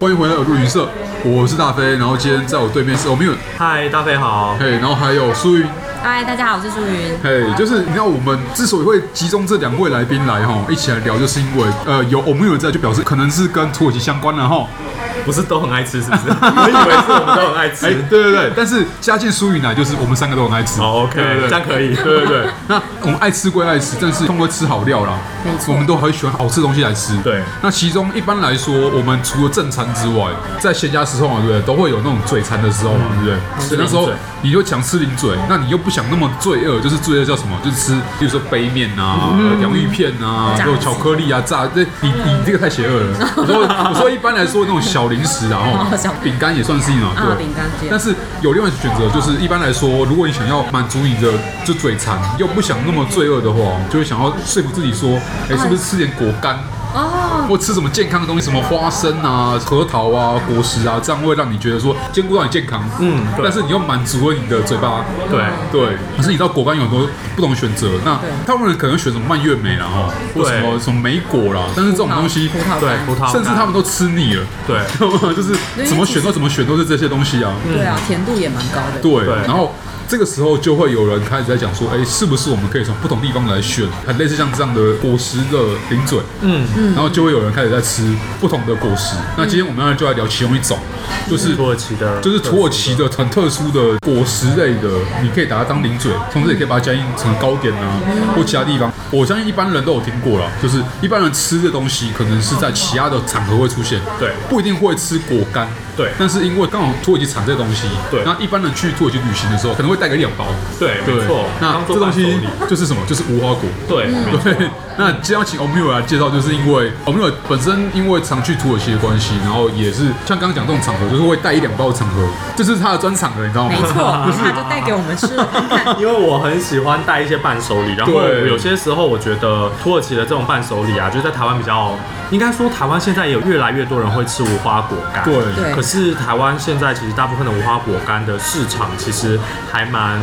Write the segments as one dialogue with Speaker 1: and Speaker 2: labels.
Speaker 1: 欢迎回来耳朵旅行社，我是大飞，然后今天在我对面是 o m u n
Speaker 2: 嗨，大飞好。
Speaker 1: 嘿，然后还有苏云，
Speaker 3: 嗨，大家好，我是舒云。
Speaker 1: 嘿，就是你知道我们之所以会集中这两位来宾来哈，一起来聊，就是因为呃有 o m u n 在，就表示可能是跟土耳其相关了哈。
Speaker 2: 不是都很爱吃，是不是？ 我以为是我们都很爱
Speaker 1: 哎、
Speaker 2: 吃。
Speaker 1: 对对对，但是加进苏云来，就是我们三个都很爱吃。
Speaker 2: 好，OK，
Speaker 1: 对
Speaker 2: 哦
Speaker 1: 对对
Speaker 2: 这样可以。
Speaker 1: 对对对，那我们爱吃归爱吃，但是通过吃好料啦，我们都很喜欢好吃的东西来吃。
Speaker 2: 对
Speaker 1: 那其中一般来说，我们除了正餐之外，在闲暇时候嘛，对不对？都会有那种嘴馋的时候嘛，对不对？所以那时候
Speaker 2: 嗯零嘴
Speaker 1: 你就想吃零嘴，那你又不想那么罪恶，就是罪恶叫什么？就是吃，比如说杯面啊、洋芋片啊，
Speaker 3: 炸
Speaker 1: 还有巧克力啊、炸，这你你这个太邪恶 了。我说我说一般来说那种小零食啊，
Speaker 3: 哦
Speaker 1: 哦
Speaker 3: 小，
Speaker 1: 饼干也算是一种
Speaker 3: 啊
Speaker 1: 对
Speaker 3: 饼干对
Speaker 1: 但是有另外一种选择，就是一般来说，如果你想要满足你的就嘴馋，又不想那么罪恶的话，就会想要说服自己说，哎、是不是吃点果干，
Speaker 3: 哦，
Speaker 1: 或吃什么健康的东西，什么花生啊、核桃啊、果实啊，这样会让你觉得说兼顾到你健康。
Speaker 2: 嗯对
Speaker 1: 但是你又满足了你的嘴巴。
Speaker 2: 对，
Speaker 1: 对，可是你知道果干有很多不同的选择，那
Speaker 3: 对
Speaker 1: 大部分人可能选什么蔓越莓啦，哈，或
Speaker 2: 对
Speaker 1: 什么什么莓果啦，但是这种东西
Speaker 3: 葡，萄
Speaker 2: 对
Speaker 3: 干，
Speaker 2: 葡萄干
Speaker 1: 甚至他们都吃腻了，
Speaker 2: 对
Speaker 1: 知道吗？就是怎么选都怎么选都是这些东西啊。
Speaker 3: 对啊，甜度也蛮高的。
Speaker 1: 对，
Speaker 2: 嗯对
Speaker 1: 然后这个时候就会有人开始在讲说，哎，是不是我们可以从不同地方来选，很类似像这样的果实的零嘴，
Speaker 2: 嗯，
Speaker 1: 然后就会有人开始在吃不同的果实。那今天我们要就来聊其中一种，就是
Speaker 2: 土耳其的，
Speaker 1: 就是土耳其的很特殊的果实类的，你可以把它当零嘴，同时也可以把它加进成糕点啊，
Speaker 2: 嗯
Speaker 1: 或其他地方。我相信一般人都有听过啦，就是一般人吃的东西可能是在其他的场合会出现，
Speaker 2: 对
Speaker 1: 不一定会吃果干，
Speaker 2: 对
Speaker 1: 但是因为刚好土耳其产这个东西，
Speaker 2: 对
Speaker 1: 那一般人去土耳其旅行的时候可能会带个一两包，
Speaker 2: 对，没错。
Speaker 1: 那
Speaker 2: 当
Speaker 1: 这
Speaker 2: 做
Speaker 1: 东
Speaker 2: 伴手
Speaker 1: 西
Speaker 2: 礼
Speaker 1: 就是什么？就是无花果。
Speaker 2: 对，没
Speaker 3: 啊
Speaker 2: 错。
Speaker 1: 对，那今天要请 Omio 来介绍，就是因为 Omio 本身因为常去土耳其的关系，然后也是像刚刚讲这种场合，就是会带一两包的场合，这是他的专场了，你知道吗
Speaker 3: 没？错， 他就带给我们吃了看看。
Speaker 2: 因为我很喜欢带一些伴手礼，然后
Speaker 1: 对
Speaker 2: 有些时候我觉得土耳其的这种伴手礼啊，就是在台湾比较，应该说台湾现在有越来越多人会吃无花果干。
Speaker 1: 对
Speaker 3: 对
Speaker 2: 可是台湾现在其实大部分的无花果干的市场其实还蛮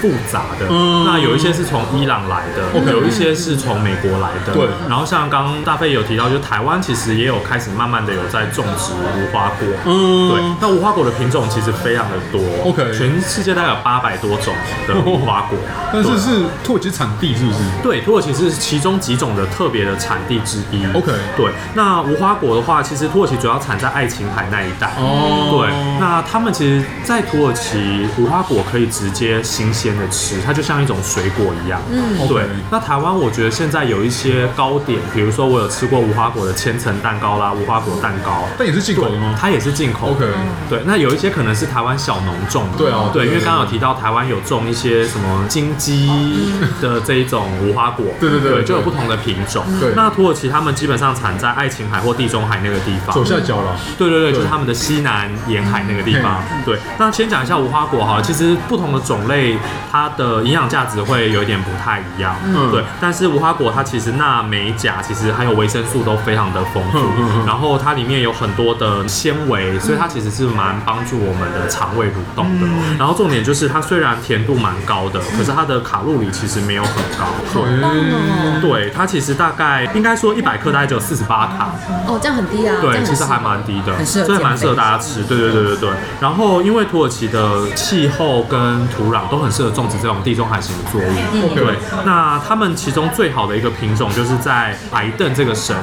Speaker 2: 复杂的。
Speaker 1: 嗯
Speaker 2: 那有一些是从伊朗来的
Speaker 1: OK
Speaker 2: 有一些是从美国来的。
Speaker 1: 对
Speaker 2: 然后像刚刚大飞有提到，就是台湾其实也有开始慢慢的有在种植无花果。
Speaker 1: 嗯
Speaker 2: 对，那无花果的品种其实非常的多
Speaker 1: OK，
Speaker 2: 全世界大概有八百多种的无花果
Speaker 1: 但是是土耳其产地，是不是？
Speaker 2: 对，土耳其是其中几种的特别的产地之一。
Speaker 1: OK
Speaker 2: 对，那无花果的话，其实土耳其主要产在爱琴海那一带。
Speaker 1: 哦
Speaker 2: 对，那他们其实，在土耳其无花果可以直接新鲜的吃，它就像一种水果一样。嗯，对
Speaker 1: OK。
Speaker 2: 那台湾我觉得现在有一些糕点，比如说我有吃过无花果的千层蛋糕啦，无花果蛋糕，
Speaker 1: 但也是进口的吗
Speaker 2: 它也是进口的。
Speaker 1: ？OK，
Speaker 2: 对，那有一些可能是台湾小农种的，
Speaker 1: 对啊
Speaker 2: 对，
Speaker 1: 对
Speaker 2: 因为刚刚有提到台湾有种一些什么金鸡的这一种无花果，
Speaker 1: 对对对对
Speaker 2: 就有不同的品种。
Speaker 1: 对
Speaker 2: 那土耳其他们基本上产在爱琴海或地中海那个地方，
Speaker 1: 左下角了。
Speaker 2: 对对
Speaker 1: 对
Speaker 2: 对，
Speaker 1: 嗯
Speaker 2: 就是他们的西南沿海那个地方。对，那先讲一下无花果哈，其实不同的种类，它的营养价值会有一点不太一样。
Speaker 1: 嗯
Speaker 2: 对，但是无花果它其实钠、镁、钾，其实还有维生素都非常的丰富
Speaker 1: 嗯嗯嗯，
Speaker 2: 然后它里面有很多的纤维，所以它其实是蛮帮助我们的肠胃蠕动的。
Speaker 1: 嗯
Speaker 2: 然后重点就是它虽然甜度蛮高的，可是它的卡路里其实没有很高。
Speaker 1: 嗯
Speaker 3: 哦
Speaker 1: 对，
Speaker 2: 对，它其实大概应该说一百克大概只有四十八卡，
Speaker 3: 哦，这样很低啊。这样
Speaker 2: 对，
Speaker 3: 很
Speaker 2: 其实
Speaker 3: 适合
Speaker 2: 还蛮低的，
Speaker 3: 很适合
Speaker 2: 所以
Speaker 3: 减
Speaker 2: 蛮适合
Speaker 3: 肥嗯
Speaker 2: 大家吃。对对对对对。然后因为土耳其的气候跟土壤都很适合种植这种地中海型的作物，
Speaker 3: 嗯
Speaker 2: 对。那他们其中最好的一个品种就是在白顿这个省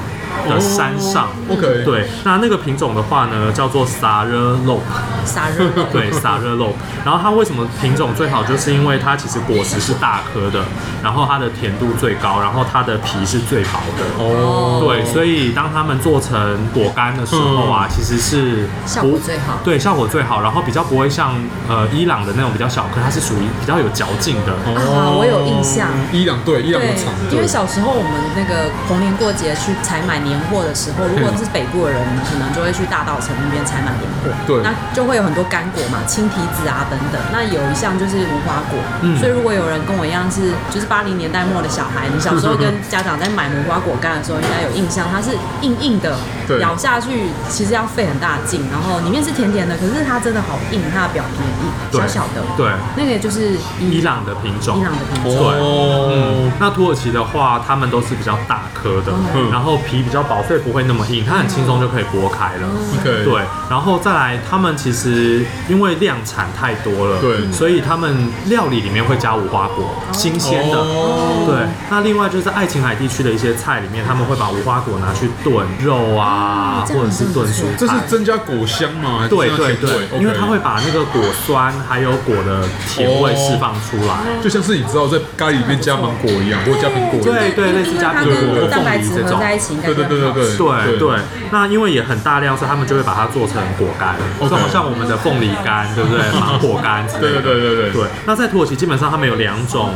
Speaker 2: 的山上。
Speaker 3: 哦
Speaker 1: OK，，
Speaker 2: 对，那那个品种的话呢，叫做萨热肉，
Speaker 3: 撒热狗。
Speaker 2: 对，萨热肉。然后它为什么品种最好，就是因为它其实果实是大颗的，然后它的甜度最高，然后它的皮是最薄的。
Speaker 1: 哦，
Speaker 2: 对，所以当他们做成果干的时候啊，其实是
Speaker 3: 嗯效果最好
Speaker 2: 对，效果最好，然后比较不会像呃伊朗的那种比较小颗，它是属于比较有嚼劲的。
Speaker 3: 啊我有印象
Speaker 1: 伊朗对，伊朗
Speaker 3: 对
Speaker 1: 有产，，
Speaker 3: 因为小时候我们那个逢年过节去采买年货的时候，如
Speaker 2: 嗯
Speaker 3: 果是北部的人，我们可能就会去大稻城那边采买年货，
Speaker 1: 对
Speaker 3: 那就会有很多干果嘛，青提子啊等等。那有一项就是无花果，所以如果有人跟我一样是就是八零年代末的小孩，你小时候跟家长在买无花果干的时候，应该有印象，它是硬硬的
Speaker 1: 对，
Speaker 3: 咬下去其实要费很大劲，然后里面是甜甜的，可是它真的好硬，它的表皮很硬，
Speaker 2: 对
Speaker 3: 小小的，
Speaker 2: 对，
Speaker 3: 那个就是
Speaker 2: 伊朗的品种
Speaker 3: 伊。朗的品种。
Speaker 2: 对嗯
Speaker 1: 哦，
Speaker 2: 那土耳其的话，他们都是比较大颗的，
Speaker 1: 嗯
Speaker 2: 然后皮比较较薄，所以不会那么硬，它很轻松就可以剥开了。
Speaker 3: 嗯
Speaker 1: OK，
Speaker 2: 对，然后再来，他们其实因为量产太多了，
Speaker 1: 对
Speaker 2: 所以他们料理里面会加无花果，新鲜的。
Speaker 1: 哦
Speaker 2: 对，那另外就是在爱琴海地区的一些菜里面，他们会把无花果拿去炖肉啊，
Speaker 3: 哦这样
Speaker 2: 或者是炖蔬菜。
Speaker 1: 这是增加果香吗？还是
Speaker 2: 对
Speaker 1: 增加
Speaker 2: 对
Speaker 1: 甜味
Speaker 2: 对，因为
Speaker 1: OK
Speaker 2: 它会把那个果酸还有果的甜味释放出来。
Speaker 1: 就像是你知道在咖喱里面加芒果一样，或加苹果一
Speaker 2: 对
Speaker 1: 样。
Speaker 2: 对
Speaker 3: 因为
Speaker 2: 类似
Speaker 3: 因为
Speaker 2: 加
Speaker 3: 它
Speaker 2: 苹果
Speaker 3: 跟
Speaker 2: 或
Speaker 3: 蛋白
Speaker 2: 凤梨
Speaker 3: 质
Speaker 2: 这
Speaker 3: 合
Speaker 2: 种
Speaker 3: 在一起，应该
Speaker 1: 对对
Speaker 3: 更好
Speaker 1: 对对
Speaker 3: 吃
Speaker 2: 对
Speaker 1: 对
Speaker 2: 对，那因为也很大量，所以他们就会把它做成果干，就
Speaker 1: OK
Speaker 2: 好像我们的凤梨干，对不对？芒果干之类
Speaker 1: 对对
Speaker 2: 的。
Speaker 1: 对对对
Speaker 2: 对。那在土耳其基本上他们有两种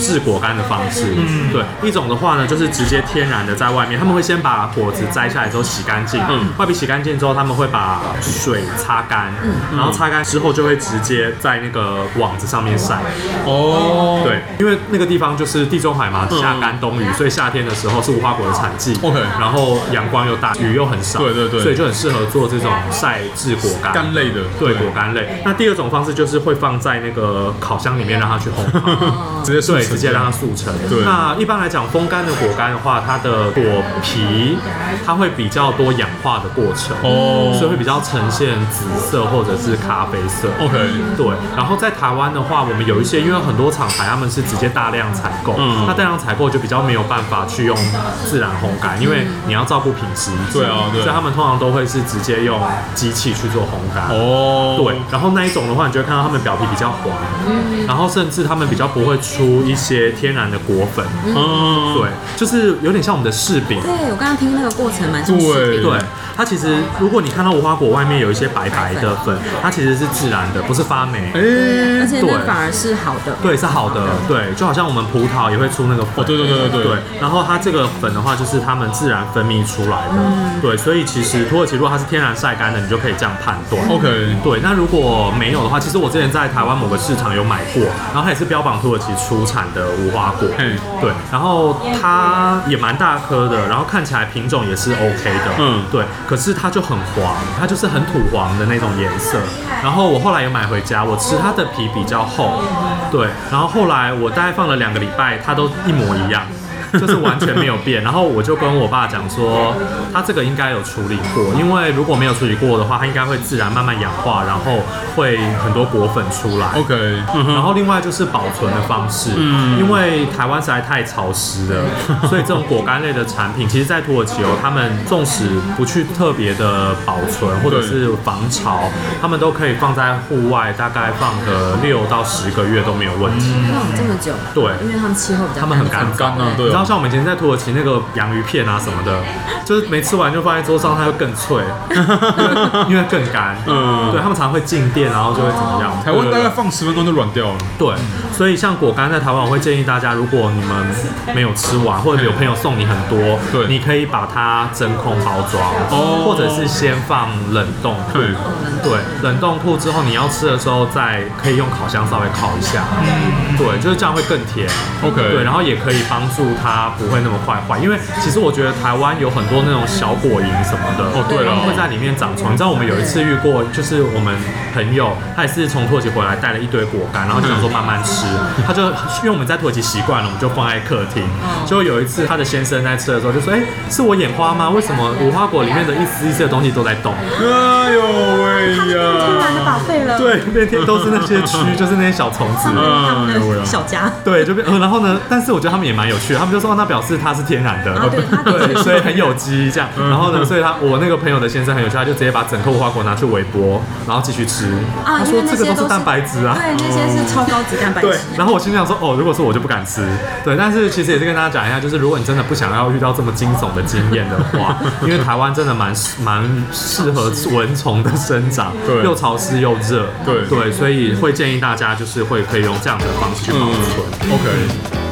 Speaker 2: 制果干的方式，嗯，对，一种的话呢就是直接天然的在外面，他们会先把果子摘下来之后洗干净，嗯
Speaker 1: 嗯，
Speaker 2: 外皮洗干净之后，他们会把水擦干，嗯，然后擦干之后就会直接在那个网子上面晒，
Speaker 1: 哦，
Speaker 2: 对，因为那个地方就是地中海嘛，夏干冬雨，所以夏天的时候是无花果的产季。
Speaker 1: 嗯 OK
Speaker 2: 然后阳光又大，雨又很少，
Speaker 1: 对对对
Speaker 2: 所以就很适合做这种晒制果干。
Speaker 1: 干类的，
Speaker 2: 对果干类，那第二种方式就是会放在那个烤箱里面让它去烘 烤，
Speaker 1: 直接
Speaker 2: 对，
Speaker 1: 速成
Speaker 2: 直接让它速成。
Speaker 1: 哦对
Speaker 2: 那一般来讲，风干的果干的话，它的果皮它会比较多氧化的过程，
Speaker 1: 哦
Speaker 2: 所以会比较呈现紫色或者是咖啡色。
Speaker 1: OK，
Speaker 2: 对，然后在台湾的话，我们有一些，因为很多厂牌他们是直接大量采购，
Speaker 1: 嗯
Speaker 2: 那大量采购就比较没有办法去用自然烘干，因为你要照顾品质，
Speaker 1: 嗯对啊对
Speaker 2: 所以他们通常都会是直接用机器去做烘干。
Speaker 1: 哦，
Speaker 2: 对，然后那一种的话，你就会看到他们表皮比较黄，
Speaker 1: 嗯
Speaker 2: 然后甚至他们比较不会出一些天然的果粉，
Speaker 1: 嗯，
Speaker 2: 对，就是有点像我们的柿饼，
Speaker 3: 对，我刚刚听那个过程蛮像是
Speaker 1: 对
Speaker 2: 对，它其实如果你看到无花果外面有一些白白的粉，它其实是自然的，不是发霉。
Speaker 1: 哎，
Speaker 3: 而且那
Speaker 2: 对
Speaker 3: 反而是好的。
Speaker 2: 对，是好的。对，就好像我们葡萄也会出那个粉。
Speaker 1: 哦对对对对对
Speaker 2: 然后它这个粉的话，就是它们自然分泌出来的。
Speaker 1: 嗯
Speaker 2: 对，所以其实土耳其如果它是天然晒干的，你就可以这样判断。
Speaker 1: 嗯 OK，
Speaker 2: 对，那如果没有的话，其实我之前在台湾某个市场有买过，然后它也是标榜土耳其出产的无花果，
Speaker 1: 嘿
Speaker 2: 对，然后它也蛮大颗的，然后看起来品种也是 OK 的，
Speaker 1: 嗯
Speaker 2: 对，可是它就很黄，它就是很土黄的那种颜色。然后我后来有买回家，我吃它的皮比较厚，对，然后后来我大概放了两个礼拜，它都一模一样。就是完全没有变，然后我就跟我爸讲说，它这个应该有处理过，因为如果没有处理过的话，它应该会自然慢慢氧化，然后会很多果粉出来。
Speaker 1: OK，嗯
Speaker 2: 然后另外就是保存的方式，因为台湾实在太潮 湿了，所以这种果干类的产品，其实在土耳其哦，他们纵使不去特别的保存或者是防潮，他们都可以放在户外，大概放个六到十个月都没有问
Speaker 1: 嗯
Speaker 2: 题。
Speaker 3: 哇，这么久？
Speaker 2: 对
Speaker 3: 因为他们气候比较
Speaker 2: 他们很
Speaker 3: 干
Speaker 2: 干
Speaker 3: 燥，
Speaker 2: 燥
Speaker 1: 干啊，
Speaker 2: 你
Speaker 1: 对
Speaker 2: 知道
Speaker 1: 啊，
Speaker 2: 像我们以前在土耳其那个洋芋片啊什么的，就是没吃完就放在桌上，它就更脆，因为因为更干。嗯，
Speaker 1: 嗯
Speaker 2: 对他们常常会静电，然后就会怎么样？
Speaker 1: 台湾大
Speaker 2: 对
Speaker 1: 概放十分钟就软掉了。
Speaker 2: 对，所以像果干在台湾，我会建议大家，如果你们没有吃完，或者有朋友送你很多，
Speaker 1: 对
Speaker 2: 你可以把它真空包装，
Speaker 1: 哦
Speaker 2: 或者是先放冷冻库。
Speaker 1: 对
Speaker 2: 对，冷冻库之后你要吃的时候再可以用烤箱稍微烤一下，对，就是这样会更甜。
Speaker 1: OK
Speaker 2: 对，然后也可以帮助它不会那么快坏，因为其实我觉得台湾有很多那种小果蝇什么的，哦
Speaker 1: 对了
Speaker 2: 会在里面长虫。你知道我们有一次遇过，就是我们朋友他也是从土耳其回来带了一堆果干，然后就想说慢慢吃，他就因为我们在土耳其习惯了，我们就放在客厅。就有一次他的先生在吃的时候就说：“哎，是我眼花吗？为什么无花果里面的一丝一丝的东西都在动？”
Speaker 1: 哎呦喂
Speaker 3: 天然的宝
Speaker 1: 呀！
Speaker 3: 贝了。
Speaker 2: 对，嗯每天都是那些 蛆，就是那些小虫子
Speaker 3: 他。们他
Speaker 1: 哎呦
Speaker 3: 们
Speaker 1: 喂
Speaker 3: 的
Speaker 1: 啊
Speaker 3: 小家。
Speaker 2: 对，就变、呃，然后呢？但是我觉得他们也蛮有趣的，他们就说、哦那表示它是天然的，
Speaker 3: 啊对它的 确
Speaker 2: 对，
Speaker 3: 是嗯
Speaker 2: 所以很有机这样。然后呢，所以他我那个朋友的先生很有趣，他就直接把整颗无花果拿去微波，然后继续吃。
Speaker 3: 啊，
Speaker 2: 他
Speaker 3: 因
Speaker 2: 说
Speaker 3: 为那
Speaker 2: 这
Speaker 3: 些
Speaker 2: 个都
Speaker 3: 都
Speaker 2: 是蛋白质啊。
Speaker 3: 对，那些是超高级蛋白质
Speaker 2: 对。，然后我心想说，哦，如果是我就不敢吃。对，但是其实也是跟大家讲一下，就是如果你真的不想要遇到这么惊悚的经验的话，因为台湾真的蛮蛮适合蚊虫的生长，
Speaker 1: 对
Speaker 2: 又潮湿又热，
Speaker 1: 对
Speaker 2: 对，所以会建议大家就是会可以用这样的方式去保存。
Speaker 1: 嗯，OK，